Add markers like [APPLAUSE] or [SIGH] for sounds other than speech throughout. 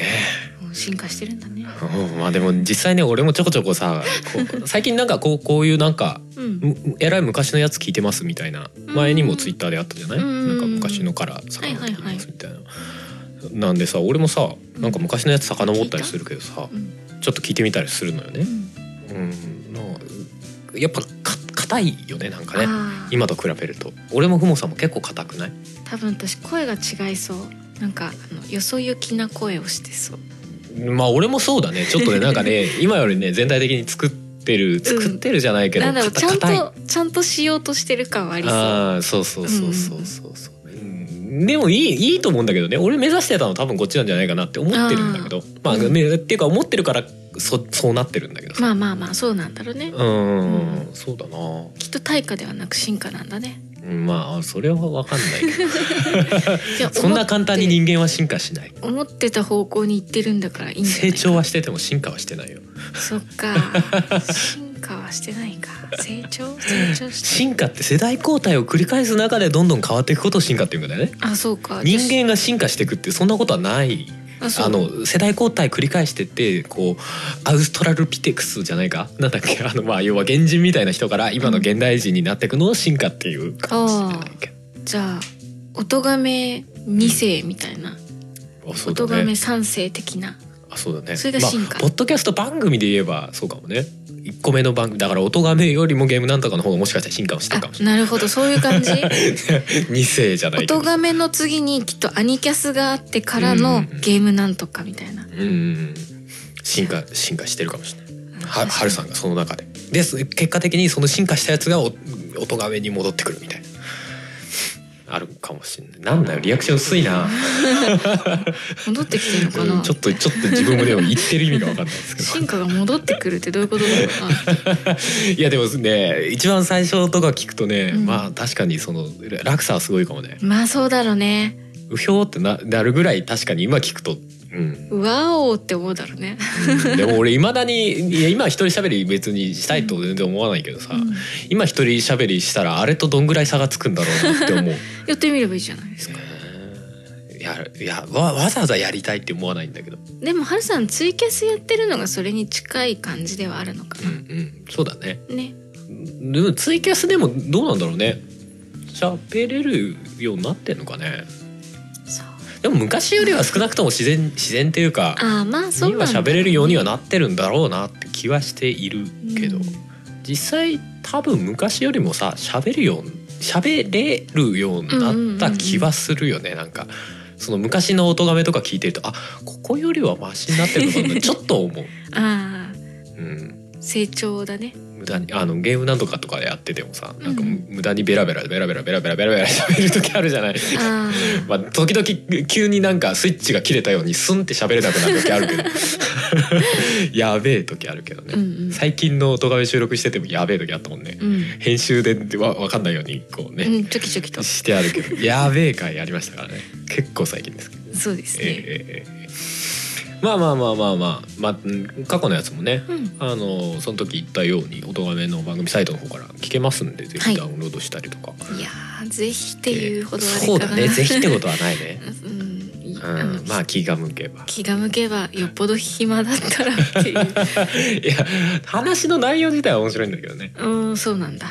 もう進化してるんだねうん、まあでも実際ね俺もちょこちょこさこう最近なんかこうこういうなんかうんむえらい昔のやつ聞いてますみたいな前にもツイッターであったじゃない、うんなんか昔のから遡ってはいはい聞いはていますみたいな、なんでさ俺もさうんなんか昔のやつ遡ったりするけどさうんちょっと聞いてみたりするのようね、うんんまあやっぱか硬いよねなんかねあー今と比べると俺もふもさんも結構硬くない多分私声が違いそうなんかあのよそ行きな声をしてそうまあ俺もそうだねちょっとねなんか [LAUGHS] ね今よりね全体的に作ってる作ってるじゃないけど、なんだろうちゃん硬いとちゃんとしようとしてる感はありそうああそうそうそうそうそうそう、うんでもいいいいと思うんだけどね俺目指してたの多分こっちなんじゃないかなって思ってるんだけどまあ、うんめっていうか思ってるからそそうなってるんだけどさ、まあまあまあそうなんだろうねうん、そうだなきっと対価ではなく進化なんだねうんまあそれは分かんない [LAUGHS] けどいやそんな簡単に思っ人間は進化しないて思ってた方向に行ってるんだからいいんじゃない成長はしてても進化はしてないよそっ [LAUGHS] か進化はしてないか成長成長して進化って世代交代を繰り返す中でどんどん変わっていくことを進化っていうんだよねあそうか人間が進化していくってそんなことはない間あそうあの世代交代繰り返してってこうアウストラルピテクスじゃないかなんだっ [LAUGHS] けあのまあ要は原人みたいな人から今の現代人になっていくのを進化っていうかもしれないけじゃあ音亀二世みたいな、どあそう音だ亀ね三世的なあそうだねそれが進化まあ、ポッドキャスト番組で言えばそうかもね1個目の番組だから音がめよりもゲームなんとかの方がもしかしたら進化をしてるかあもしれないなるほどそういう [LAUGHS] 感じ2世じゃないけど音亀の次にきっとアニキャスがあってからのゲームなんとかみたいな、うん進化進化してるかもしれないは確かにはるさんがその中ででそ結果的にその進化したやつがお音がめに戻ってくるみたいなあるかもしれないなんだよリアクション薄いな戻ってきてるのかな、うんちょっとちょっと自分もでも言ってる意味が分かんないですけど [LAUGHS] 進化が戻ってくるってどういうことなのかないやでもね一番最初とか聞くとね、うんまあ確かにその落差はすごいかもねまあそうだろうねうひょーってななるぐらい確かに今聞くとうん、わおって思うだろうね、うんでも俺いまだにいや今一人喋り別にしたいと全然思わないけどさ、うん今一人喋りしたらあれとどんぐらい差がつくんだろうなって思うやってみればいいじゃないですかいやいやわわざわざやりたいって思わないんだけどでもはるさんツイキャスやってるのがそれに近い感じではあるのかうんうんそうだねなねでもツイキャスでもどうなんだろうね喋れるようになってんのかねそうでも昔よりは少なくとも自然自然っていうかああまあそう今なんだ喋れるようにはなってるんだろうなって気はしているけど、うん実際多分昔よりもさ喋るよう喋れるようになった気はするよね、なんかその昔の音がめとか聞いてるとあここよりはマシになってるのかなちょっと思う、ああうん、成長だね駄にあのゲームなんとかとかやっててもさなんかうんむ無駄にベラベラベラベラベラベラベラベラ喋る時あるじゃない。あ [LAUGHS] まあ、時々急になんかスイッチが切れたようにスンって喋れなくなる時あるけどやべえ時あるけどね、あ、うんうん、最近の音がめ収録しててもやべえ時あったもんね、うん、編集でわわかんないようにこうね、うん、チョキチョキと、してあるけど [LAUGHS] やべえ回ありましたからね結構最近ですけど、そうですええね。ええええまあまあまあまあまあ、まあ、うん過去のやつもねうん、あのその時言ったように音がめの番組サイトの方から聞けますんでぜはひいダウンロードしたりとか、いやー、ぜひっていうほどあれかな。そうだねぜひってことはない [LAUGHS] ねうん、いうん、まあ気が向けば気が向けばよっぽど暇だったらっていう。 [LAUGHS] いや話の内容自体は面白いんだけどねうん、そうなんだ。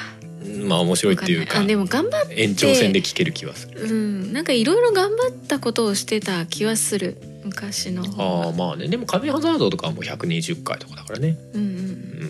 まあ面白いっていうわんなかあ、でも頑張っ、延長戦で聞ける気はするうん、なんかいろいろ頑張ったことをしてた気はする。昔の方あが。あまあねでも「神ハザード」とかはもう120回とかだからね、うんう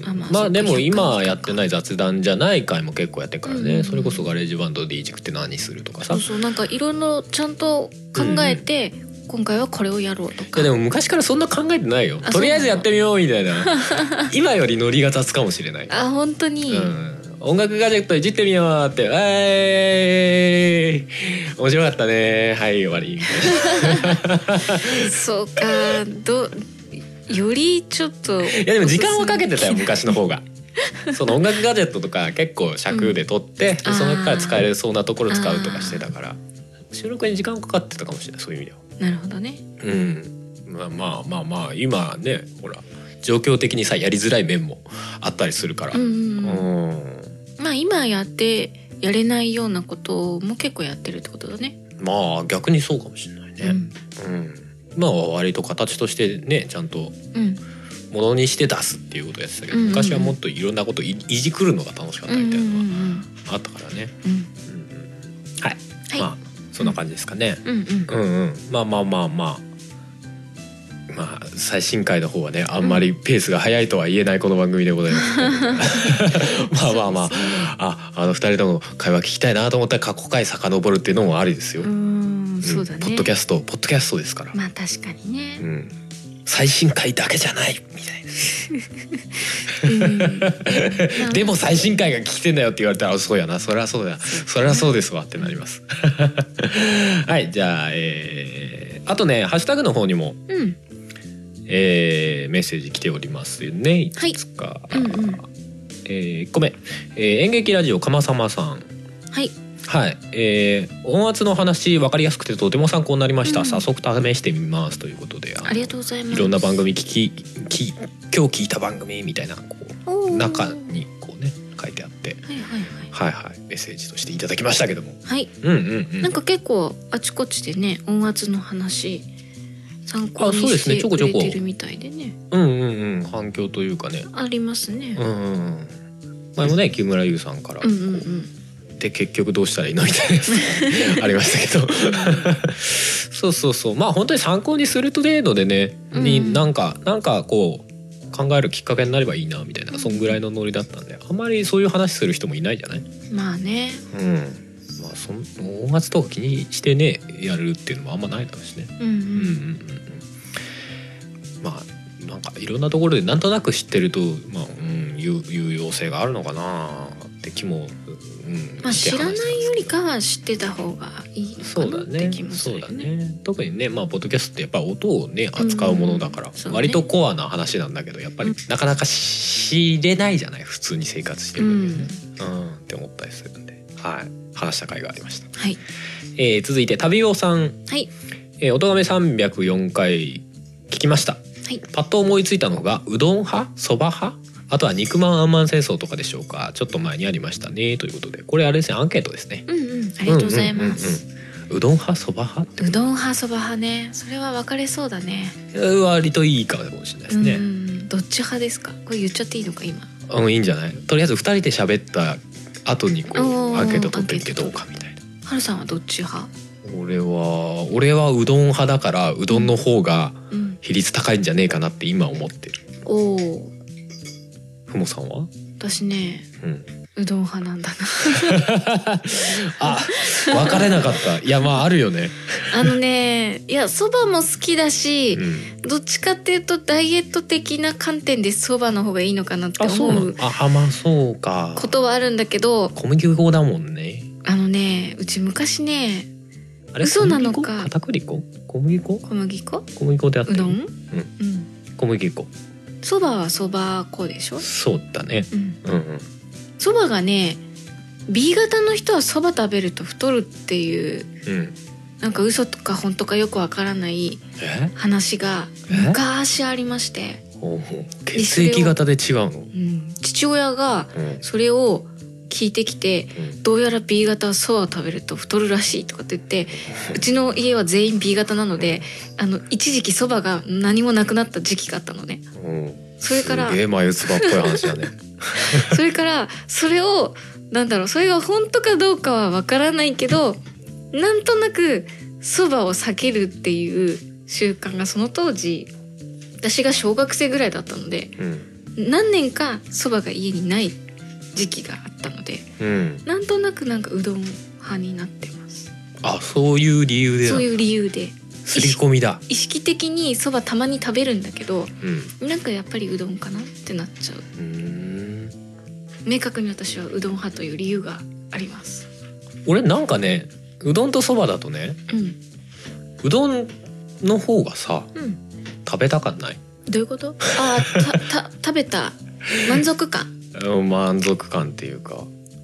うんん。。まあでも今やってないい雑談じゃない回も結構やってるからね、うんそれこそガレージバンドでいじくって何するとかさそうそう、なんかいろいろちゃんと考えて、今回はこれをやろうといやか。でも昔からそんな考えてないよあとりあえずやってみようみたいな [LAUGHS] 今よりノリが雑かもしれない、あ、本当に。うん、音楽ガジェットいじってみようって「わーい面白かったねはい終わり」みたいなそうか、ど、よりちょっと。いいやでも時間はかけて [LAUGHS] たよ昔の方が。その音楽ガジェットとか結構尺で撮って、でその中から使えそうなところ使うとかしてたから収録に時間かかってたかもしれないそういう意味では。なるほどね。うんまあまあまあまあ今ねほら状況的にさやりづらい面もあったりするから。うんううんうん。んまあ今やってやれないようなことも結構やってるってことだね。まあ逆にそうかもしれないね。うん今は割と形としてねちゃんとうん。うん。ものにして出すっていうことやってたけど、うんうんうん昔はもっといろんなこといいじくるのが楽しかっうたんみたうんういなのがんあったからね。うん。はい、はいまあそんな感じですかね。うんうん。うんうん、まあまあまあまあ。まあ最新回の方はねあんまりペースが速いとは言えないこの番組でございますけど、 [LAUGHS] まあまあまあ、ああの二人との会話聞きたいなと思ったら過去回遡るっていうのもありですよ、うーん、そうだうね。んポッドキャストポッドキャストですから、まあ確かにうね。ん、最新回だけじゃないみたいなうんでも最新回が聞いてんだよって言われたらあそうやなそりゃそうやそりゃそうですわってなります [LAUGHS] はいじゃあえーあとねハッシュタグの方にも、うん。えーメッセージ来ておりますよねいはいくつか、うんうん。えー、1個目、えー演劇ラジオかまさまさんはい。はい、えー音圧の話分かりやすくてとても参考になりました、うん早速試してみますということであのありがとうございまいす。ろんな番組聞きき今日聞いた番組みたいなこおうー中にこうね書いてあってはいはいはいはい、メッセージとしていただきましたけども。はい。はい。うんうんうん。なんか結構あちこちでね、音圧の話参考あそうでにすねしちょこてくちょこれてるみたいでね。うんうんうん、反響というかね。ありますうんね。うんうん。前もね、木村優さんから、うんうんうん。で、結局どうしたらいいのみたいなや [LAUGHS] つありましたけど。そうそうそう、まあ、本当に参考にする程度でね、うんに、なんか、なんかこう。考えるきっかけになればいいなみたいな、うんそんぐらいのノリだったんで、あんまりそういう話する人もいないじゃない。まあね。うん。まあ、そん、音圧とか気にしてね、やるっていうのもあんまないだろうしね。うんうんうんうんうんまあなんかいろんなところでなんとなく知ってると、まあうん、有有用性があるのかなって気も、うんまあして知らな話したんでいすよけりどかは知ってた方がいいそかうなだってね気もすそるうよだね。ね特にねまあポッドキャストってやっぱ音をね扱うものだから、うんそうね割とコアな話なんだけどやっぱりうんなかなか知れないじゃない普通に生活してうる上でん。うん、って思ったりするんではい話した回がありました、はいえー続いて旅おさんはいえー、おとがめ304回聞きました、いパッと思いついたのがうどん派そば派あとは肉まんあんまん戦争とかでしょうかちょっと前にありましたねということでこれあれですねアンケートですねうんうんありがとうございます。うんうんうんうんうどん派そば派うどん派そば派ねそれは分かれそうだね。うん割といいかもしれないですうね、んどっち派ですかこれ言っちゃっていいのか今。うんいいんじゃないとりあえず2人で喋った後にこおうーアンケート取ってみてどうかみたいなはるさんはどっち派？俺は俺はうどん派だからうどんの方がうん。比率高いんじゃねえかなって今思ってるおおふもさんは私ねうんうどん派なん [LAUGHS] だあ分かれなかったいやまああるよね、なあのねいやそばも好きだしう、ん、どっちかっていうとダイエット的な観点でそばの方がいいのかなってあそうな思のうああまあそうかことはあるんだけど小麦粉だもんねあのねうち昔ねあれ嘘なのか小麦粉片栗粉小麦粉小麦粉小麦粉であってうるどんうん小麦粉そば、はそば粉でしょそうだねうんうんうんそばがね B 型の人はそば食べると太るっていううんなんか嘘とか本当かよくわからないえ話がえ昔ありまして、ほうほう血液型で違うの、うんうん、父親がうんそれを聞いてきてどうやら B 型はそばを食べると太るらしいとかって言ってうちの家は全員 B 型なのであの一時期そばが何もなくなった時期があったのねうん、それからすげえ眉唾っぽい話だねそれからそれをなんだろうそれが本当かどうかはわからないけどなんとなくそばを避けるっていう習慣がその当時私が小学生ぐらいだったのでうん何年かそばが家にない時期があったのでうんなんとなくなんかうどん派になってますあそういう理由でなそういう理由ですり込みだ意識的にそばたまに食べるんだけどうんなんかやっぱりうどんかなってなっちゃううーん明確に私はうどん派という理由があります俺なんかねうどんとそばだとねうんうどんの方がさうん食べたかない、どういうこと？あー、たた食べた満足感。うん、満足感っていうか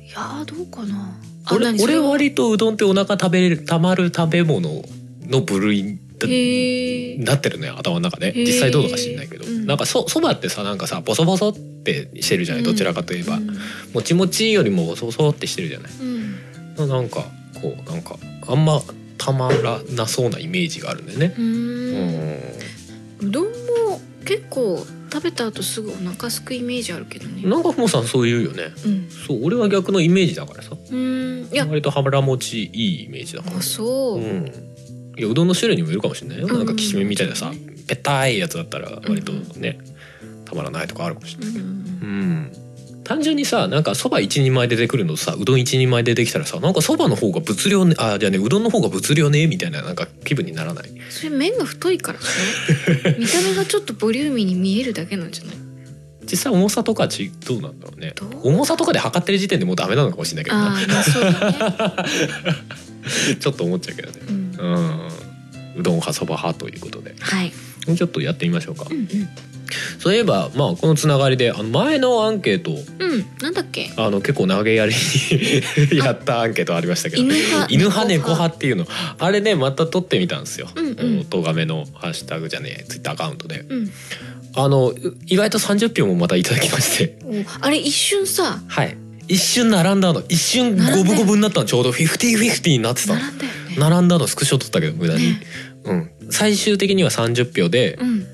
いやーどうかな。あ俺何そ俺れは割とうどんってお腹食べれるたまる食べ物の部類だへえ。なってるね頭の中でへー実際どうのか知んないけど、うんなんかそそばってさなんかさボソボソってしてるじゃない、うんどちらかといえば、うんもちもちよりもボソボソってしてるじゃないうんななんかこうなんかあんまたまらなそうなイメージがあるんだよねう、ーん。ううどんも結構食べた後すぐお腹すくイメージあるけどん、ね。なんかふもさんそう言うよねうん。そう俺は逆のイメージだからさうーん。いや、割と腹持ちいいイメージだからあそうう。んいやうどんの種類にもよるかもしれないよ、うんなんかきしめんみたいなさぺったいやつだったら割とね、たまらないとかあるかもしれうないけどうんん単純にさなんかそば一人前出てくるのとさうどん一人前出てきたらさなんかそばの方が物量ねあじゃあねうどんの方が物量ねみたいななんか気分にならないそれ麺が太いからね。 [LAUGHS] 見た目がちょっとボリューミーに見えるだけなんじゃない？実際重さとかちどうなんだろうねどう重さとかで測ってる時点でもうダメなのかもしれないけどあなーまあ、そうだね。ちょっと思っちゃうけどねうん。うんうどん派そば派ということではい。ちょっとやってみましょうかうんそういえば、まあ、このつながりであの前のアンケートうん。うん。なんだっけ？あの結構投げやりに [LAUGHS] やったアンケートありましたけど犬派。犬派猫派っていうのあれねまた撮ってみたんですよ。うんうんあの動画目のハッシュタグじゃねえツイッターアカウントでうん。あの意外と30票もまたいただきましておあれ一瞬さはい一瞬並んだの一瞬並ん五だ分よ五分になったのちょうどフィフティフィフティになってたの並んだよね。並んだのスクショ撮ったけど無駄にね、うん、最終的には30票で、うん。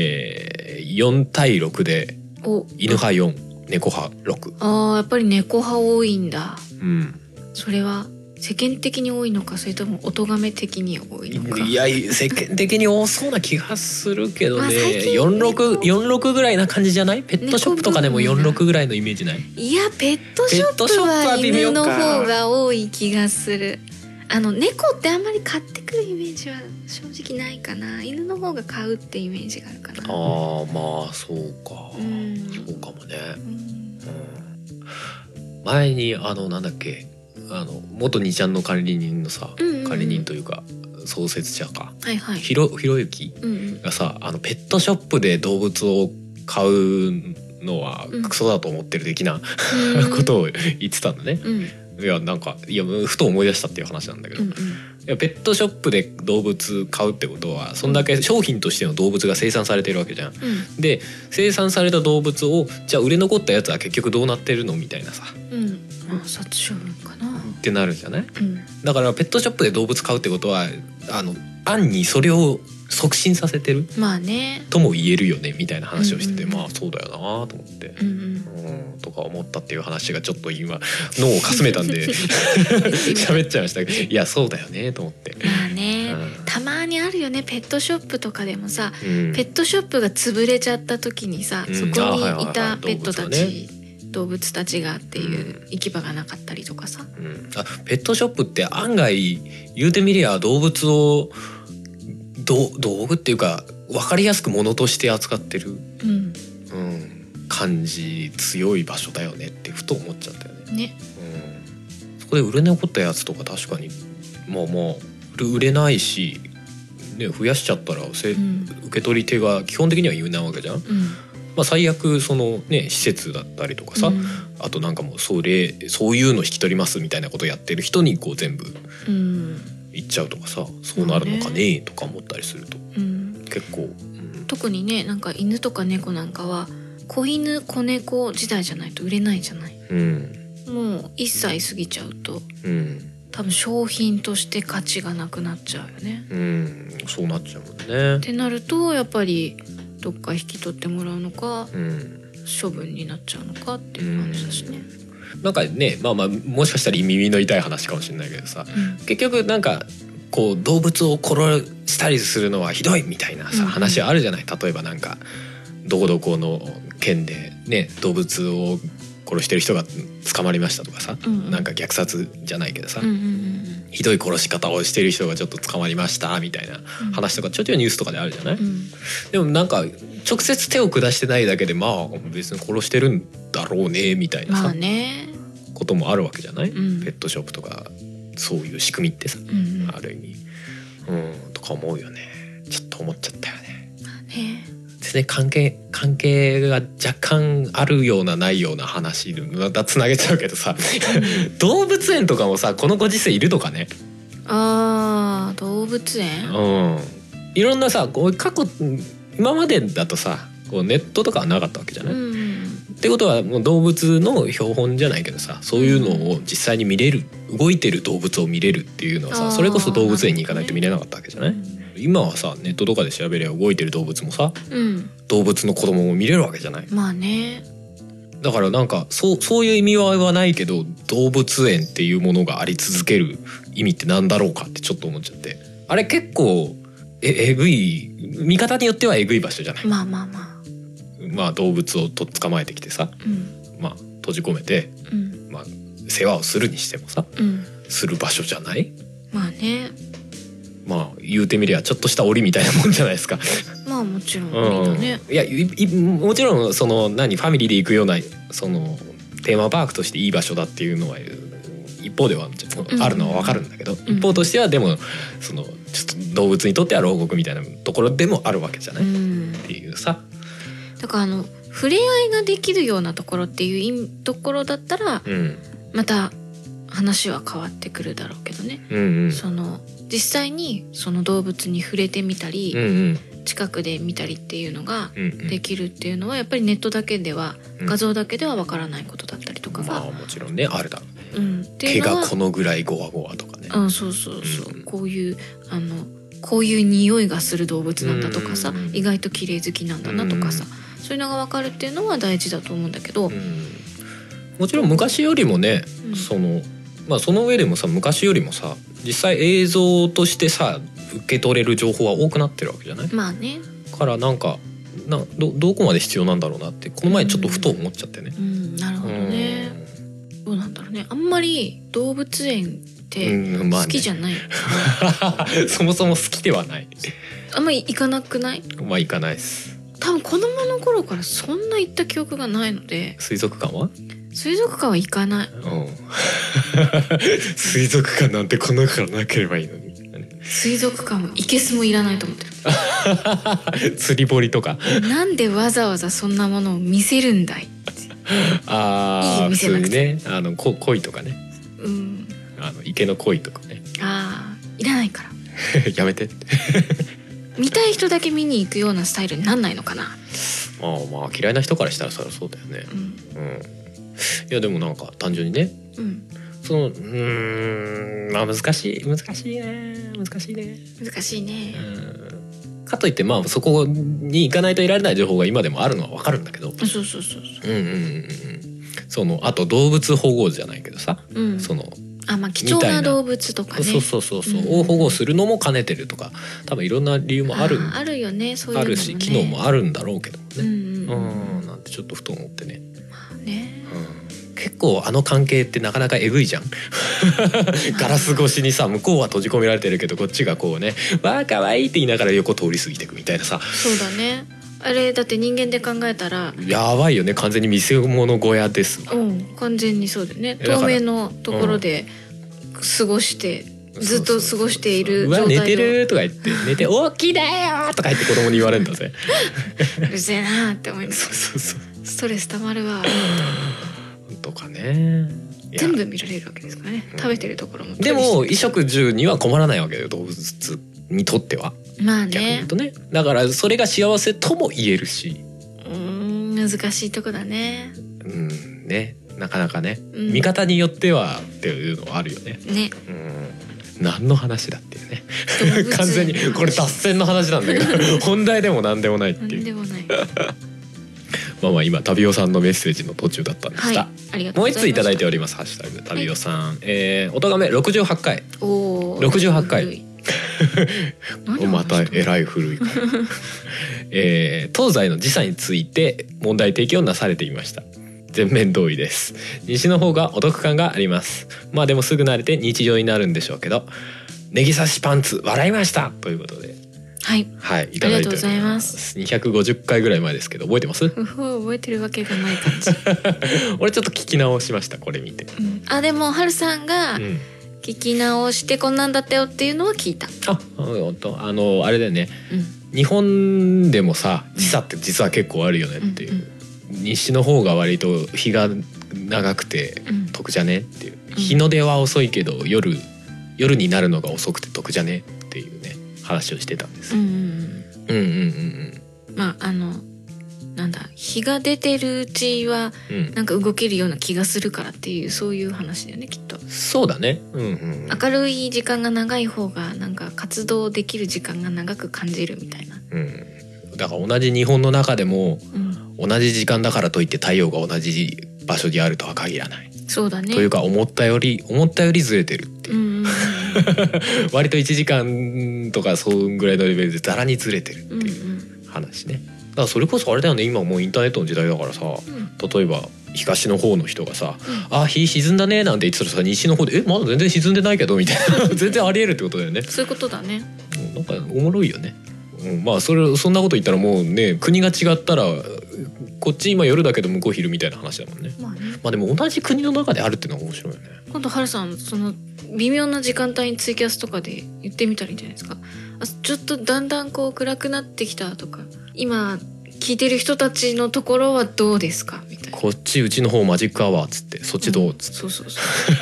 えー、4対6でお犬派4猫派6ああやっぱり猫派多いんだうんそれは世間的に多いのかそれともお咎め的に多いのかいや世間的に多そうな気がするけどまねあ最近46 46ぐらいな感じじゃないペットショップとかでも猫ブーム46ぐらいのイメージないいやペットショッペプットショップはは微妙犬かの方が多い気がするあの猫ってあんまり買ってくるイメージは正直ないかな犬の方が買うってイメージがあるかあなあまあそうかうんそうかもね、うんうん前にあのなんだっけあの元二ちゃんの管理人のさうんうん管理人というか創設者かはいはいひろひろゆきうんうんがさあのペットショップで動物を買うのはクソだと思ってる的なうんことを言ってたんだね。うんいやなんかいやふと思い出したっていう話なんだけど、うんういんやペットショップで動物買うってことはそんだけ商品としての動物が生産されてるわけじゃん。で生産された動物をじゃあ売れ残ったやつは結局どうなってるのみたいなさっうんうんまあ殺処分かなてなるじゃないうんだからペットショップで動物買うってことはあの暗にそれを促進させてるまあねとも言えるよねみたいな話をしてて、うんうんまあそうだよなと思って。うんうんうんとか思ったっていう話がちょっと今脳をかすめたん [LAUGHS] で喋っちゃいましたけどいやそうだよねと思って。まあね、うんたまにあるよねペットショップとかでもさ、うんペットショップが潰れちゃった時にさ、うんそこあはいはいにはいいたペットたち動物たちがっていう行き場がなかったりとかさうん、あペットショップって案外言うてみりゃ動物をど道具っていうか分かりやすくものとして扱ってる、ううんん、感じ強い場所だよねってふと思っちゃったよね。ねうん、そこで売れ残ったやつとか確かにまあまあ売れ売れないし、ね、増やしちゃったらせ、うん受け取り手が基本的には有なわけじゃん。うんまあ、最悪その、ね、施設だったりとかさ、うんあとなんかもうそれそういうの引き取りますみたいなことやってる人にこう全部うん行っちゃうとかさそうなるのかねとか思ったりするとうん結構、うん特にねなんか犬とか猫なんかは子犬子猫時代じゃないと売れないじゃないうんもう1歳過ぎちゃうとうん多分商品として価値がなくなっちゃうよね。うん、そうなっちゃうもんっね。てなるとやっぱりどっか引き取ってもらうのかうん、処分になっちゃうのかっていう感じだしね。なんかねまあまあもしかしたら耳の痛い話かもしれないけどさうん結局なんかこう動物を殺したりするのはひどいみたいなさうん話あるじゃない例えばなんかどこどこの県でね動物を殺してる人が捕まりましたとかさ、うんなんか虐殺じゃないけどさ、うんうんひどい殺し方をしてる人がちょっと捕まりましたみたいなうん話とかちょいちょいニュースとかであるじゃない、うんでもなんか直接手を下してないだけでまあ別に殺してるんだろうねみたいなさ、まあね。こともあるわけじゃない、うんペットショップとかそういう仕組みってさ、うんうんある意味うんとか思うよねちょっと思っちゃったよねね全然関係関係が若干あるようなないような話でまたつなげちゃうけどさ [LAUGHS] 動物園とかもさこのご時世いるとかねあー動物園うんいろんなさこう過去今までだとさこうネットとかはなかったわけじゃうない、っんてことはもう動物の標本じゃないけどさそういうのを実際に見れる動いてる動物を見れるっていうのはあさーそれこそ動物園に行かないと見れなかったわけじゃうない、ん今はさネットとかで調べりゃ動いてる動物もさうん動物の子供も見れるわけじゃないまあねだからなんかそうそういう意味合いはないけど動物園っていうものがあり続ける意味ってなんだろうかってちょっと思っちゃってあれ結構ええぐい見方によってはえぐい場所じゃない、まあまあまあまあ動物をと捕まえてきてさ、うんまあ、閉じ込めて、うんまあ、世話をするにしてもさうんする場所じゃないまあねまあ言うてみりゃちょっとした檻みたいなもんじゃないですかまあもちろんうんみんなねいやいいもちろんその何ファミリーで行くようなそのテーマパークとしていい場所だっていうのは一方ではちょっうんとあるのはわかるんだけど、うん一方としてはでもそのちょっと動物にとっては牢獄みたいなところでもあるわけじゃなうい、っんていうさ、だからあの触れ合いができるようなところっていう意味ところだったらうん、また話は変わってくるだろうけどね、うんうんその実際にその動物に触れてみたり、うんうん近くで見たりっていうのがうんうんできるっていうのはやっぱりネットだけでは、うん画像だけではわからないことだったりとかが、まあもちろんねあるだろうねうん、ってい毛うのがはこのぐらいゴワゴワとかね。うん、そうそうそう、うんこういうあのこういう匂いがする動物なんだとかさ、うん意外と綺麗好きなんだなとかさ、そういうのがわかるっていうのは大事だと思うんだけうど、んもちろん昔よりもねうんそのまあその上でもさ昔よりもさ実際映像としてさ受け取れる情報は多くなってるわけじゃないまあね、からなんかなどどこまで必要なんだろうなってこの前ちょっとふと思っちゃってね。うん、なるほどね、どうなんだろうねあんまり動物園っうんてうんまあ好ねきじゃない、あ [LAUGHS] そもそも好きではない。んまり行かなくないまあ行かないです。多分子供の頃からそんな行った記憶がないので水族館は？水族館は行かないうん。 [LAUGHS] 水族館なんてこのからなければいいのに。 [LAUGHS] 水族館も生けすもいらないと思って釣り堀とか。るなんでわざわざそんなものを見せるんだい、あいあ、い店そうないうくね、あのこ鯉とかね、うん、あの池の鯉とかね、あーいらないか [LAUGHS] らやめて。見たい人だけ見に行くようなスタイルになんないのかな、まあまあ嫌いな人からしたらそりゃそうだよね。うんうん。いやでもなんか単純にね、うん、そのうーん、まあ難しい難しいね難しいね。難しいねうん。かといってまあそこに行かないといられない情報が今でもあるのはわかるんだけど。そうそうそうそうんうんうんうん。そのあと動物保護じゃないけどさ、う、うん、そのあまあ貴重みたないな動物とかねそうそうそうそう、うんを保護するのも兼ねてるとか多分いろんな理由もあるあーあるよねそういうあのも、ね、るし機能もあるんだろうけどうんね、うんうん、なんてちょっとふと思ってね、うんねうん、結構あの関係ってなかなかえぐい [LAUGHS] じゃんガラス越しにさ向こうは閉じ込められてるけどこっちがこうね「わあかわいい」って言いながら横通り過ぎてくみたいなさそうだねあれだって人間で考えたらやばいよね完全に見せ物小屋ですわうん完全にそうだよねえだか透ら明のところで過ごして、ずっと過ごしているうわ状寝て態でるとか言って [LAUGHS] 寝て「大きいだよ!」とか言って子供に言われるんだぜうるせえなって思いますそうそうそうストレス溜まるわとかねいや全部見られるわけですからね食べてるところもでも衣食住には困らないわけだよ動物にとってはまあ逆に言ねうとねだからそれが幸せとも言えるしうーん難しいとこだねうんねなかなかね、うん見方によってはっていうのはあるよねねうん何の話だっていうね動物園 [LAUGHS] の話完全にこれ脱線の話なんだけ [LAUGHS] ど本題でも何でもないってなんいうでもない [LAUGHS] まあまあ今旅オさんのメッセージの途中だったんでしはいた、ありがとうもう一ございますついただいておりますハッシュタグ旅オさん、えー、おとがめ68回おお68回またえいらい古い [LAUGHS] から、えー東西の時差について問題提起をなされていました全面同意です西の方がお得感がありますまあでもすぐ慣れて日常になるんでしょうけどネギ刺しパンツ笑いましたということではいはいいただいておありがとうございます250回ぐらい前ですけど覚えてますふふ覚えてるわけがない感じ、俺ちょっと聞き直しましたこれ見て、うん、あでもはるさんがうん、聞き直してこんなんだったよっていうのは聞いたあほんとあのあれだよねうん日本でもさ時差って実は結構あるよねっていう、西の方が割と日が長くてうん得じゃねっていう、ん日の出は遅いけど夜夜になるのが遅くて得じゃねっていうね話をしてたんです、ううん、んうんうんうんうんまああのなんだ日が出てるうちはうんうんなんか動けるような気がするからっていうそういう話だよねきっとそうだねうんうん明るい時間が長い方がなんか活動できる時間が長く感じるみたいな、うんだから同じ日本の中でもうん、同じ時間だからといって太陽が同じ場所にあるとは限らない、そうだねというか思ったより思ったよりずれてるっていううんうん割と1時間とかそんぐらいのレベルでざらにずれてるってうんうんういうん話ねだからそれこそあれだよね今もうインターネットの時代だからさうん例えば東の方の人がさ「あ日沈んだね」なんて言ってたらさ西の方で「えまだ全然沈んでないけど」みたいな [LAUGHS] 全然ありえるってことだよねそういうことだねうんなんかおもろいよね、うん、まあそれそんなこと言ったらもうね国が違ったらこっち今夜だけど向こう昼みたいな話だもんねまあねまあでも同じ国の中であるっていうのは面白いよね今度はるさんその微妙な時間帯にツイキャスとかで言ってみたらいいんじゃないですかあちょっとだんだんこう暗くなってきたとか今聞いてる人たちのところはどうですかみたいなこっちうちの方マジックアワーっつってそっちどうっつって、そうそう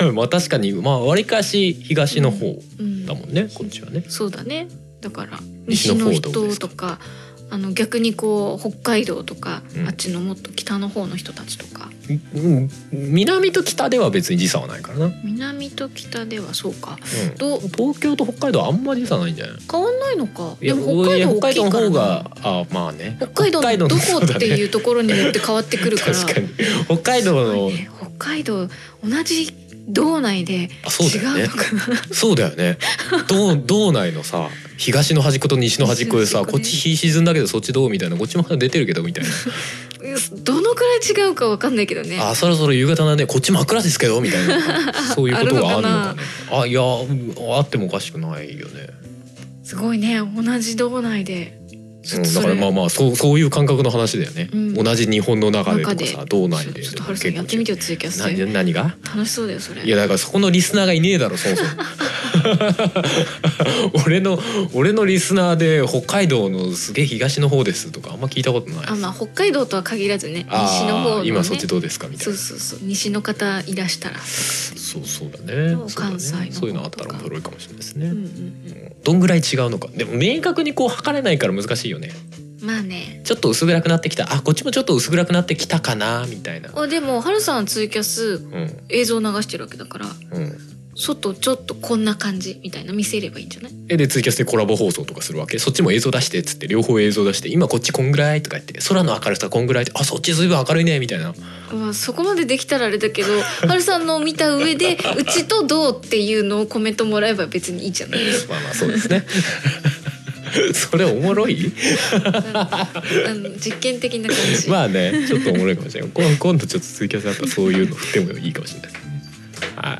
そまあ確かにまあわりかし東の方う、うん、だもんね、こっちはね。そうだねだから西西のの方どうですか人とかあの逆にこう北海道とか、うんあっちのもっと北の方の人たちとかうん南と北では別に時差はないからな。うん南と北ではそうかどう東京と北海道はあんまり時差ないんじゃない。変わんないのかいやでも北海道いや大きいのから方ながあまあね。北海道のどこっていうところによって変わってくるから [LAUGHS] 確かに北海道すごのいね北海道同じ道内であそうだよね違うのかなそうだよね。道道内のさ東の端っこと西の端っこでさ、西の端っここっねち日沈んだけどそっちどうみたいなこっちまだ出てるけどみたいどのくらい違うかわかんないけどねな。あそろそろ夕方なんでこっち真っ暗ですけどみたいなそういうことがあるのあかるね。あいやうんあってもおかしくないよね。すごいね同じ道内でちうょん、っとだそかれらまあまあそうそういう感覚の話だよね、うん同じ日本の中でとかさ中道内でちょっとハルさんやってみてよツイキャスでな何が楽しそうだよそれいやだからそこのリスナーがいねえだろそもそ [LAUGHS] も俺の俺のリスナーで北海道のすげえ東の方ですとかあんま聞いたことないあまあ北海道とは限らずねあー西の方のね今そっちどうですかみたいそうなそうそう西の方いらしたら、そうそうだねそうそうだね関西の方とかそういうのあったら面白いかもしれないですね、うんうんどんぐらい違うのかでも明確にこう測れないから難しいよねうん、まあねちょっと薄暗くなってきたあこっちもちょっと薄暗くなってきたかなみたいなあでもハルさんはツイキャスうん映像流してるわけだからうん外ちょっとこんな感じみたいな見せればいいんじゃないえでツイキャスでコラボ放送とかするわけそっちも映像出してっつって両方映像出して今こっちこんぐらいとか言って空の明るさこんぐらいってあそっち随分明るいねみたいなまあそこまでできたらあれだけど [LAUGHS] はるさんのを見た上でうちとどうっていうのをコメントもらえば別にいいじゃないまあまあそうですね [LAUGHS] それおもろいあの実験的な感じ、まあねちょっとおもろいかもしれない今今度ちょっとツイキャスだったらそういうの振ってもいいかもしれないですねはい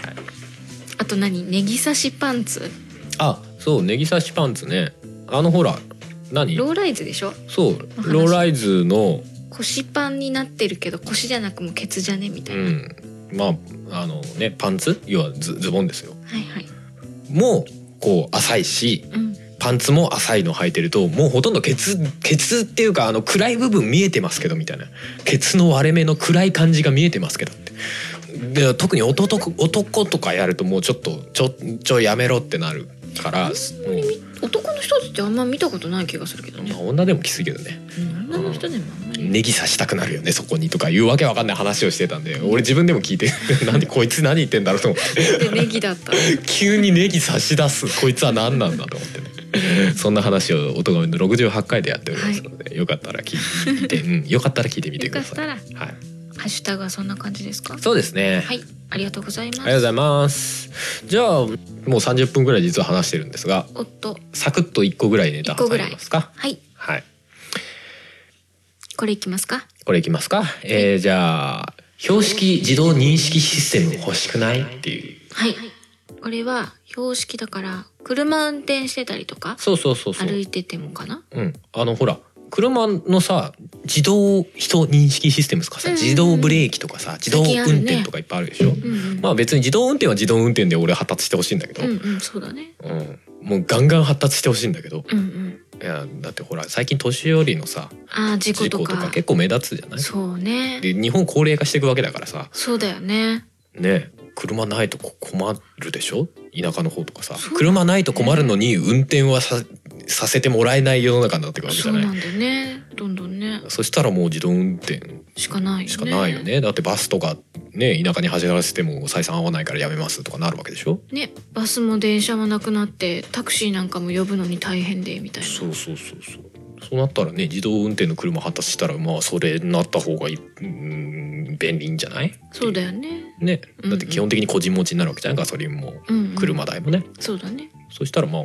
あと何ネギ刺しパンツあそうネギ刺しパンツねあのほら何ローライズでしょそう話ローライズの腰パンになってるけど腰じゃなくもうケツじゃねみたういな、んまああのねパンツ要はズズボンですよはいはい、もうこう浅いしうん、パンツも浅いの履いてるともうほとんどケツケツっていうかあの暗い部分見えてますけどみたいなケツの割れ目の暗い感じが見えてますけどってで特に男と男とかやるともうちょっとちょちょやめろってなるから、う男の人ってあんま見たことない気がするけどんねまあ、、女でもきついけどねうん、女の人でもあんまり、ネギ刺したくなるよねそこにとかいうわけわかんない話をしてたんで俺自分でも聞いて [LAUGHS] なんでこいつ何言ってんだろうと思ってでネギだっ [LAUGHS] たら急にネギ差し出すこいつは何なんだと思ってねそんな話を音がめの68回でやっておりますので、よかったら聞いて、うん、よかったら聞いてみてよくかだっさたい。らハはい、ッシュタグはそんな感じですかそうですね、はいありがとうございますありがとうございますじゃあもう30分ぐらい実は話してるんですがおっとサクッと1個ぐらいネタ挟みますかはいはいこれいきますかこれいきますか、えー、じゃあ標識自動認識システム欲しくないっていうはいこれは標識だから車運転してたりとかそうそうそうそう歩いててもかなうん、あのほら車のさ自動人認識システムとかさ、うんうんうん自動ブレーキとかさ自動運最近あるね転とかいっぱいあるでしょ、うんうん、まあ別に自動運転は自動運転で俺発達してほしいんだけど、うんうんそうだねうんもうガンガン発達してほしいんだけどうんうんいやだってほら最近年寄りのさあー事故事と故かとか結構目立つじゃないそうねで日本高齢化していくわけだからさそうだよねね車ないとこ困るでしょ田舎の方とかさそう車ないと困るのに運転はささせてもらえない世の中になってくるわけじそゃうないなんだよねどんどんねそしたらもう自動運転しかないよねしかないよねだってバスとかね田舎に走らせても採算合わないからやめますとかなるわけでしょねバスも電車もなくなってタクシーなんかも呼ぶのに大変でみたいなそうそうそうそうそうなったらね自動運転の車発達したらまあそれになった方がいいうん便利いいんじゃないそうだよねねうんうだんって基本的に個人持ちになるわけじゃないガソリンもうん、うん、車代もね、そうだねそしたらまあ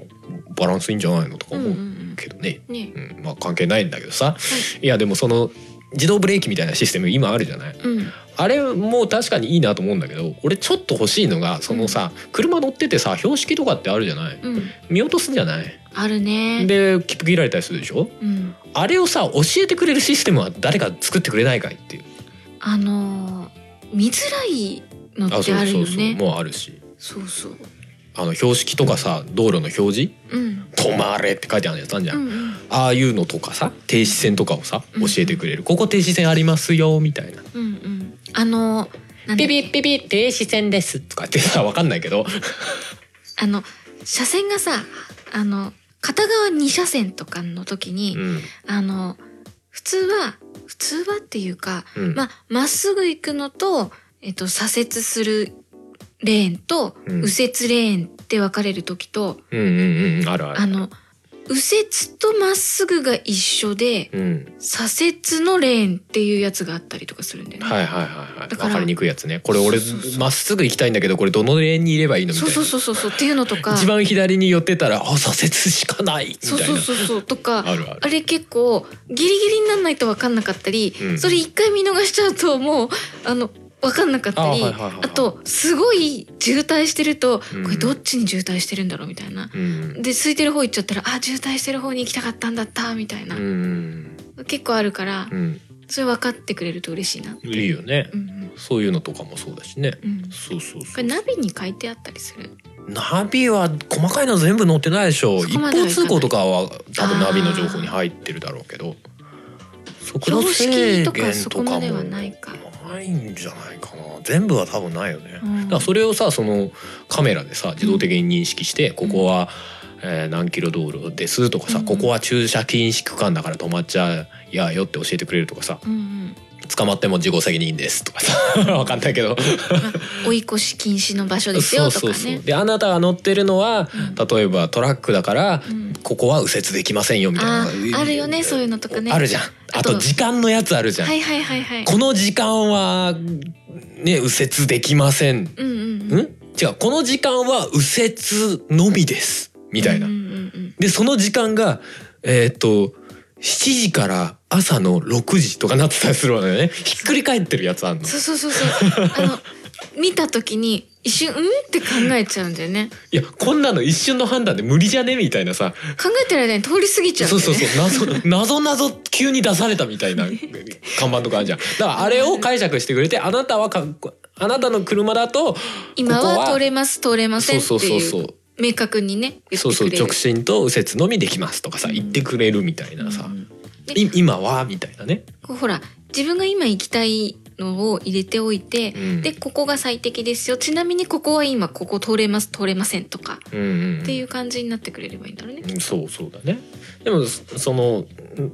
バランスいいんじゃないのとかうんう思んうけどね、うんねうんまあ関係ないんだけどさ、いやでもその自動ブレーキみたいなシステム今あるじゃないうんあれも確かにいいなと思うんだけど俺ちょっと欲しいのがそのさ、車乗っててさ標識とかってあるじゃないうん見落とすんじゃないあるねで切符切られたりするでしょうんあれをさ教えてくれるシステムは誰か作ってくれないかいっていうあのー見づらいのってあるよそねうそうもうあるしそうそうあの標識とかさ道路の表示うん「止まれ」って書いてあるやつあんじゃ、うんんうんああいうのとかさ停止線とかをさうん教えてくれる、ここ停止線ありますよみたいなうんうんあの「なんだピっけピピピ停止線です」とかってさわかんないけどあの車線がさあの片側2車線とかの時に、うんあの普通は普通はっていうかうんまあまっすぐ行くのと、えっと、左折するレーンと、うん右折レーンって分かれる時と、うんうんうんあるあるあの右折とまっすぐが一緒でうん左折のレーンっていうやつがあったりとかするんだよね。はいはいはいはい。だからわかりにくいやつね。これ俺そうそうそうまっすぐ行きたいんだけど、これどのレーンにいればいいのみたいそうな。そうそうそうそうっていうのとか一番左に寄ってたら、あ、左折しかないみたいそな。うそうそうそうとかあるある。あれ結構ギリギリにならないと分かんなかったり、うんそれ一回見逃しちゃうともうあの分かんなかったりああ,、はいはいはいはいとすごい渋滞してると、うんこれどっちに渋滞してるんだろうみたいな。うん。で空いてる方行っちゃったらあ渋滞してる方に行きたかったんだったみたいな、うん。結構あるからうん。それ分かってくれると嬉しいな。いいよねう。んそういうのとかもそうだしね。うんうん、こそうそうそれう。ナビに書いてあったりするナビは細かいの全部載ってないでしょ。そ一こまでは方いかない通行とかは多分ナビの情報に入ってるだろうけど。速度標識制とか限そとこかまでもはないか。ないんじゃないかな全部は多分ないよね、うんだからそれをさそのカメラでさ自動的に認識して、ここは、えー何キロ道路ですとかさ、うんここは駐車禁止区間だから止まっちゃいやよって教えてくれるとかさうんうん、捕まっても自己責任ですとかさ [LAUGHS] わかんないけど [LAUGHS] 追い越し禁止の場所ですよとかねであなたが乗ってるのは、う例えばトラックだから、うんここは右折できませんよみたいあなーあるよねそういうのとかねあるじゃんあと時間のやつあるじゃん、はいはいはいはいこの時間はね右折できませんんうんうん違うんうこの時間は右折のみですみたいな、うんうんうんでその時間がえーっと7時から朝の6時とかなってたりするわよねひっくり返ってるやつあんのそうそうそうそう [LAUGHS] あの見た時に一瞬うんって考えちゃうんだよねいやこんなの一瞬の判断で無理じゃねみたいなさ考えてる間に通り過ぎちゃうんそだうよねそうそう謎謎謎急に出されたみたいな看板とかあるじゃんだからあれを解釈してくれてあなたはかあなたの車だと今ここは通れます通れませんってそうそうそういそうう明確にね言ってそうそくうれる直進と右折のみできますとかさうん言ってくれるみたいなさ、うんでい今はみたいなね、こうほら自分が今行きたいのを入れておいて、うんでここが最適ですよちなみにここは今ここ通れます通れませんとか、うんうんうんっていう感じになってくれればいいんだろうね。うんそうそうだねでもそその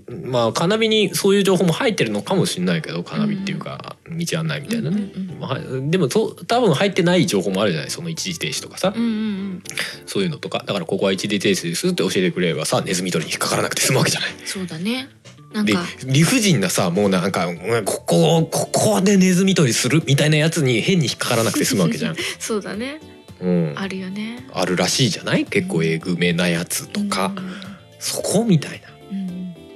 うんまあカーナビにそういう情報も入ってるのかもしれないけどカーナビっていうか道案内みたいなね、うんうんうんまあでもそう多分入ってない情報もあるじゃないその一時停止とかさ、うんうんそういうのとかだからここは一時停止ですって教えてくれればさネズミ捕りに引っかからなくて済むわけじゃないうん、そうだね。なんでか、理不尽なさもうなんかうんここここでネズミ捕りするみたいなやつに変に引っかからなくて済むわけじ [LAUGHS] ゃん、そうだね。うん、あるよね。あるらしいじゃない結構えぐめなやつとか、そこみたい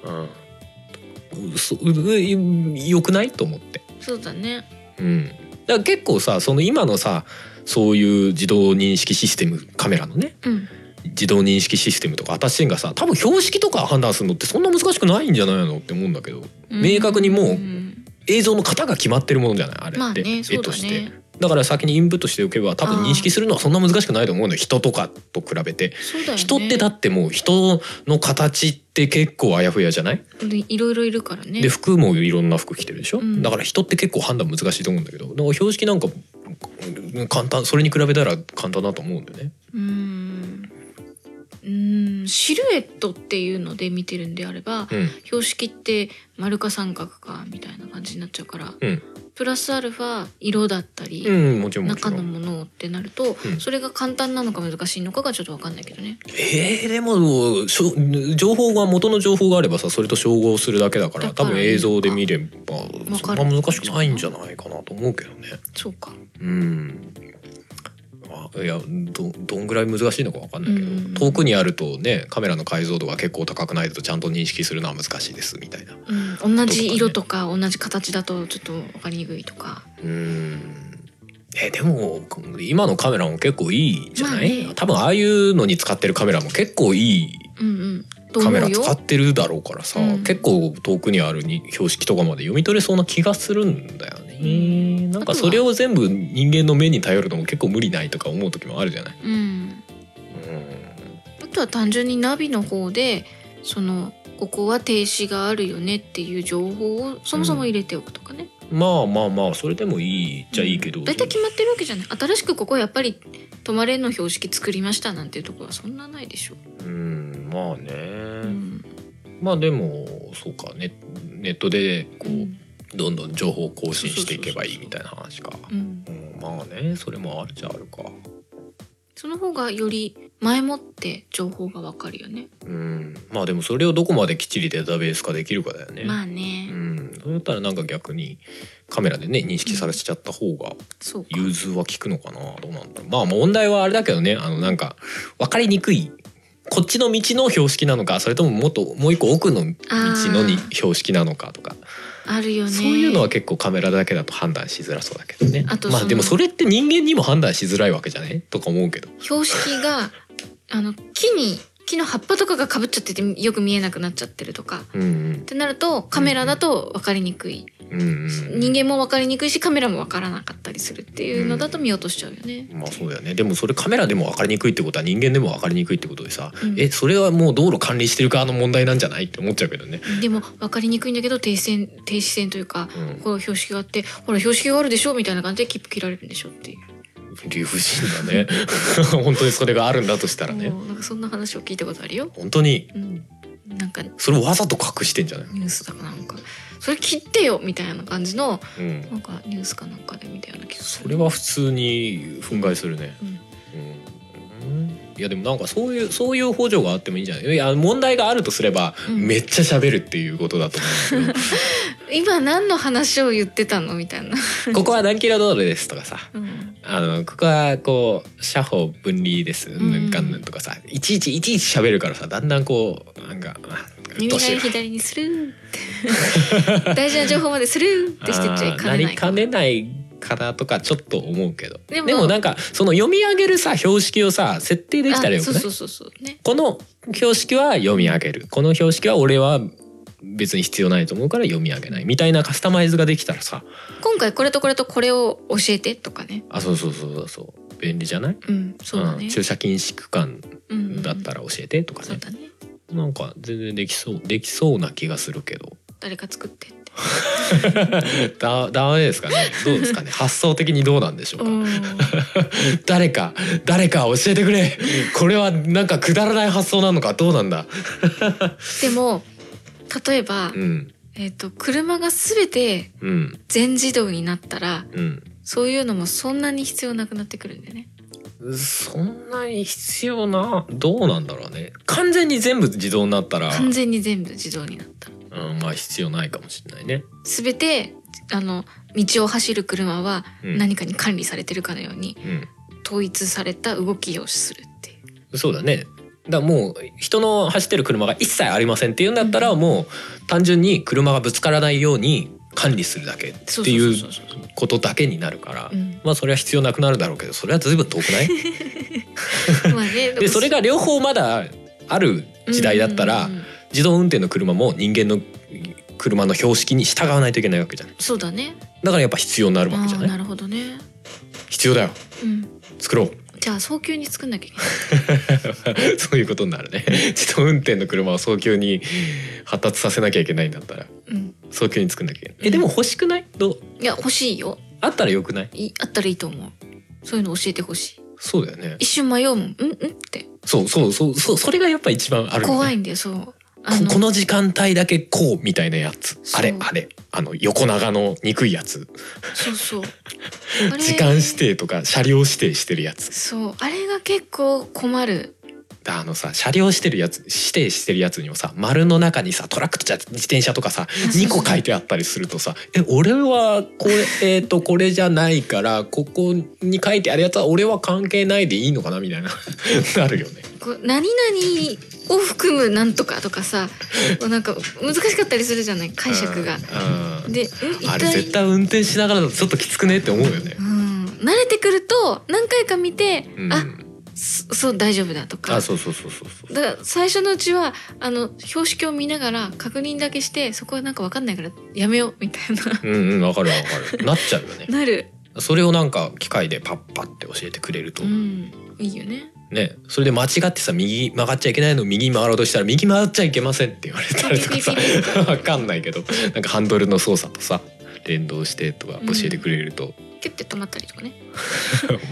な。うん、うんうん、そうん良くないと思って、そうだね。うん、だから結構さその今のさそういう自動認識システムカメラのねうん。自動認識システムとか私がさ多分標識とか判断するのってそんな難しくないんじゃないのって思うんだけど明確にもうん映像の型が決まってるものじゃないあれって、まあね、絵そうとだしてね。だから先にインプットしておけば多分あー認識するのはそんな難しくないと思うのよ人とかと比べて、そうだよね。人ってだってもう人の形って結構あやふやじゃないでいろいろいるからね。で服もいろんな服着てるでしょ、うんだから人って結構判断難しいと思うんだけどなんか標識なんかうん簡単それに比べたら簡単だと思うんだよね。うーん。うーんシルエットっていうので見てるんであれば、うん標識って丸か三角かみたいな感じになっちゃうから、うんプラスアルファ色だったり、うん、もちろんもち中ろのん。ものってなると、うんそれが簡単なのか難しいのかがちょっとわかんないけどね。えー、でもしょ情報が元の情報があればさそれと照合するだけだからだから多分映像で見ればわそかんるな難しくないんじゃないかなと思うけどね。そうか。うんあいやどどんぐらい難しいのかわかんないけど、うん遠くにあるとねカメラの解像度が結構高くないとちゃんと認識するのは難しいですみたいな。うん、同じ色とか同じ形だとちょっとわかりにくいとか。うーんえでも今のカメラも結構いいじゃない、まあね多分ああいうのに使ってるカメラも結構いいうんうん。とカ思メラうよ使。ってるだろうからさ、うん結構遠くにあるに標識とかまで読み取れそうな気がするんだよね。なんかそれを全部人間の目に頼るのも結構無理ないとか思う時もあるじゃない。うん。うあとは単純にナビの方でそのここは停止があるよねっていう情報をそもそも入れておくとかね。んまあまあまあそれでもいいじゃいいけど、だいたい決まってるわけじゃない。新しくここやっぱり止まれの標識作りましたなんていうところはそんなないでしょ。うんまあね、うん。まあでもそうかネネットでこう、どんどん情報を更新していけばいいみたいな話か。うん。うんまあねそれもあるじゃあるか。その方がより前もって情報がわかるよね。うんまあでもそれをどこまできっちりデータベース化できるかだよね。まあうね。ん、そうだったらなんか逆にカメラでね認識されちゃった方がそうか。融通は効くのかなどうなんだろうまあ問題はあれだけどねあのなんか分かりにくいこっちの道の標識なのかそれとももっともう一個奥の道のにあー標識なのかとかあるよね。そういうのは結構カメラだけだと判断しづらそうだけどねあとそまのあでもそれって人間にも判断しづらいわけじゃねとか思うけど標識があの木に木の葉っぱとかがかぶっちゃっててよく見えなくなっちゃってるとかうんうんってなるとカメラだと分かりにくい、うんうん人間も分かりにくいしカメラも分からなかったりするっていうのだと見落としちゃうよね、まあそうだよねでもそれカメラでも分かりにくいってことは人間でも分かりにくいってことでさ、うんえそれはもう道路管理してる側の問題なんじゃないって思っちゃうけどね。でも分かりにくいんだけど停止線停止線というか、うんこう標識があってほら標識があるでしょみたいな感じで切符切られるんでしょっていう、理不尽だね [LAUGHS] 本当にそれがあるんだとしたらねもうなんかそんな話を聞いたことあるよ、本当にうん、なんかニそれをわざと隠してんじゃないュースだかなんかそれ切ってよみたいな感じのうんなんかニュースかなんかで見たような気がすそるれは普通に憤慨するね。うんうんいやでもなんかそういうそういう補助があってもいいんじゃないいや問題があるとすれば、うんめっちゃ喋るっていうことだと思うんだけ今何の話を言ってたのみたいな、 [LAUGHS] どここは何キロ道路ですとかさうん、あのここはこう車法分離ですんなんかなんとかさいちいちいちいち喋るからさだんだんこうなんかあうっ耳とがうしい左にスルーって [LAUGHS] 大事な情報までスルーってしてっちゃいあーかねななりいかねないかなとかちょっと思うけどででももなんかその読み上げるさ標識をさ設定できたらよあそくうねそうそうそうねこの標識は読み上げるこの標識は俺は別に必要ないと思うから読み上げないみたいなカスタマイズができたらさ今回これとこれとこれを教えてとかねあそうそうそうそうそう便利じゃないうんそうだねん、駐車禁止区間うんだったら教えてとかそうね、だねなんか全然できそうできそうな気がするけど誰か作ってってだダメですかねどうです [LAUGHS] かね発想的にどうなんでしょうか、うん誰か誰か教えてくれこれはなんかくだらない発想なのかどうなんだでも例えば、うんえっと車が全てうん全自動になったらうんそういうのもそんなに必要なくなってくるんだよねそんなに必要などうなんだろうね完全に全部自動になったら、完全に全部自動になったらうん、まあ必要ないかもしれないね、全てあの道を走る車はうん、何かに管理されてるかのようにう統一された動きをするっていうんそうだねだからもう人の走ってる車が一切ありませんっていうんだったら、うんもう単純に車がぶつからないように管理するだけっそうてそういそううそうそうことだけになるから、うんまあそれは必要なくなるだろうけどそれは随分遠く [LAUGHS] ないまあね [LAUGHS] でそれが両方まだある時代だったら、うんうんうん自動運転の車も人間の車の標識に従わないといけないわけじゃんそうだねだからやっぱ必要になるわけじゃあなーいなるほどね必要だようん作ろう [LAUGHS] じゃあ早急に作んなきゃいけないそういうことになるね自動運転の車を早急に発達させなきゃいけないんだったらうん早急に作んなきゃいけないうんえでも欲しくないどういや欲しいよあったらよくないいあったらいいと思うそういうの教えてほしいそうだよね一瞬迷うもんうんうんってそうそうそうそうそれがやっぱ一番あるよね、怖いんだよそうあここの時間帯だけこうみたいなやつそうあれあれあの横長の憎いやつそ [LAUGHS] うそうあれ時間指定とか車両指定してるやつそうあれが結構困るだあのさ車両してるやつ指定してるやつにもさ丸の中にさトラックとじゃ自転車とか [LAUGHS] さそう2個書いてあったりするとさ「え俺はこれ,、 [LAUGHS] えー、とこれじゃないからここに書いてあるやつは俺は関係ないでいいのかな」み [LAUGHS] たいななるよね。こう何々を含むなんとかと [LAUGHS] かさこうなんか難しかったりするじゃない解釈がうん。うんでうん一あれ絶体対運転しながらだとちょっときつくねって思うよねう。ん慣れてくると何回か見て、うん、あそそう大丈夫だとかあそうそうそうそうそう。だから最初のうちはあの標識を見ながら確認だけしてそこはなんか分かんないからやめようみたいなうんうんわかるわかる。なっちゃうよね。なる、それをなんか機械でパッパって教えてくれると、うん、いいよねねそれで間違ってさ右曲がっちゃいけないのを右に回ろうとしたら右回っちゃいけませんって言われたりとかさピピピわかんないけどなんかハンドルの操作とさ連動してとか教えてくれると、 [LAUGHS] キュッて止まったりとかね、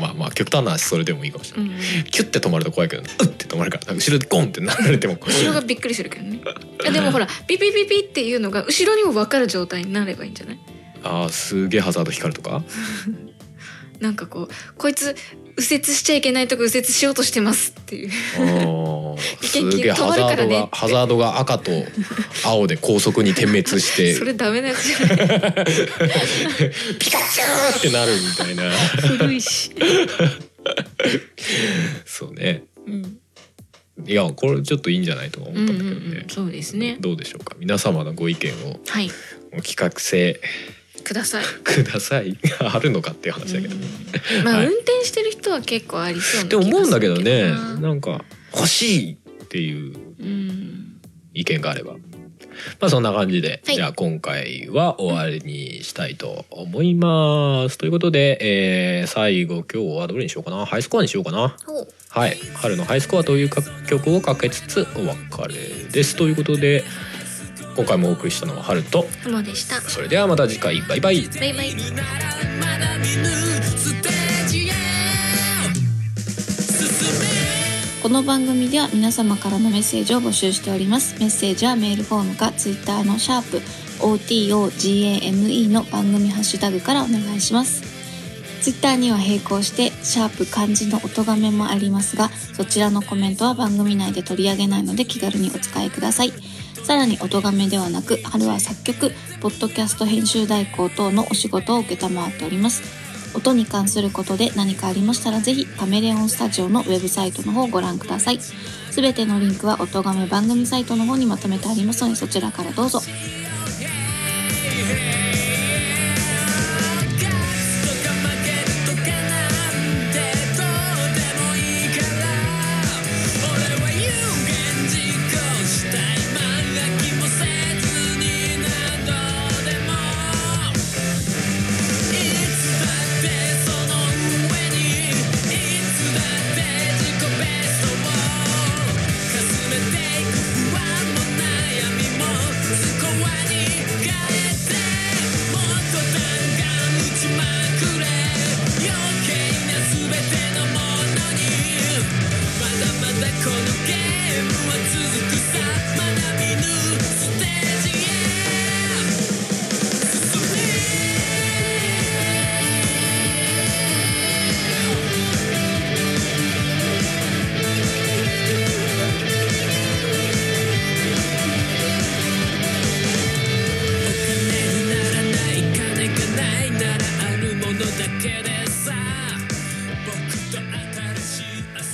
まあまあ極端な話それでもいいかもしれうない、ん、キュッて止まると怖いけどねうって止まるからなんか後ろでゴンってなられても後ろがびっくりするけどねあでもほらピピピピっていうのが後ろにも分かる状態になればいいんじゃないあーすげえハザード光るとかなんかこうこいつ右折しちゃいけないとこ右折しようとしてますっていうあーすげえ止ハまるザかーらドねがハザードが赤と青で高速に点滅してそれダメなやつじゃないピカチューってなるみたいな [LAUGHS] 古いし、そうねうん、いやこれちょっといいんじゃないとか思うっんたうんだけどね、んうんそうですねどうでしょうか皆様のご意見をはいお企画性くださいください [LAUGHS] あるのかっていう話だけどね、うんまあ、はい運転してる人は結構ありそうなって思うんだけどねななんか欲しいっていううん意見があればまあそんな感じで、はいじゃあ今回は終わりにしたいと思います、ということで、えー最後今日はどれにしようかなハイスコアにしようかなほうはい春のハイスコアという曲をかけつつお別れですということで今回もお送りしたのは春と浜でしたそれではまた次回バイバイバイバイならまだ見ぬステージへ進めこの番組では皆様からのメッセージを募集しておりますメッセージはメールフォームかツイッターのシャープ OTOGAME の番組ハッシュタグからお願いしますツイッターには並行してシャープ漢字の音がめもありますがそちらのコメントは番組内で取り上げないので気軽にお使いくださいさらに音がめではなく春は作曲ポッドキャスト編集代行等のお仕事を承っております音に関することで何かありましたらぜひカメレオンスタジオのウェブサイトの方をご覧くださいすべてのリンクは音がめ番組サイトの方にまとめてありますのでそちらからどうぞ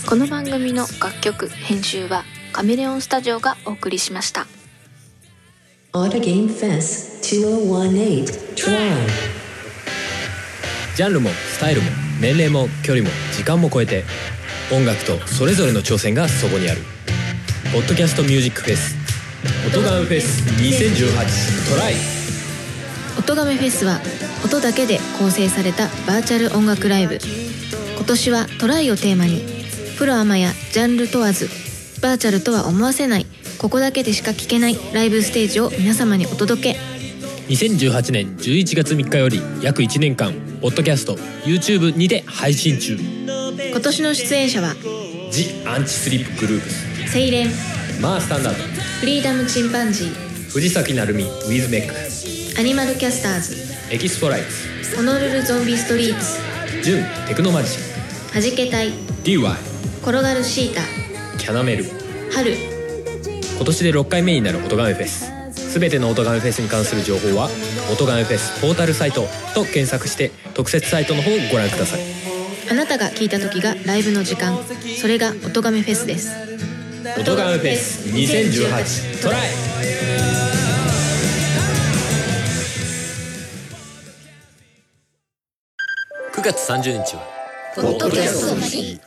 この番組の楽曲編集はカメレオンスタジオがお送りしました Auto Game Fest 2018 Try. ジャンルもスタイルも年齢も距離も時間も超えて音楽とそれぞれの挑戦がそこにある「ポッドキャストミュージックフェス」「音ガンフェス2018トライ」音亀フェスは音だけで構成されたバーチャル音楽ライブ今年はトライをテーマにプロアマやジャンル問わずバーチャルとは思わせないここだけでしか聴けないライブステージを皆様にお届け2018年11月3日より約1年間ポッドキャスト YouTube にて配信中今年の出演者は「ジ・アンチスリップグループスセイレン」 「マースタンダードフリーダムチンパンジ」 「藤崎鳴海ウィズメック」ーアニマルキャスターズ「エキストライツホノルルゾンビストリーツ」 「ジュン・テクノマジシはじけたいン」「DY」転がるシータ「キャナメル」春今年で6回目になる音ガメフェスすべての音ガメフェスに関する情報は「音ガメフェスポータルサイト」と検索して特設サイトの方をご覧くださいあなたが聴いた時がライブの時間それが音亀フェスです「音ガメフェス2018トライ!」 9月30日はポッドキャストの日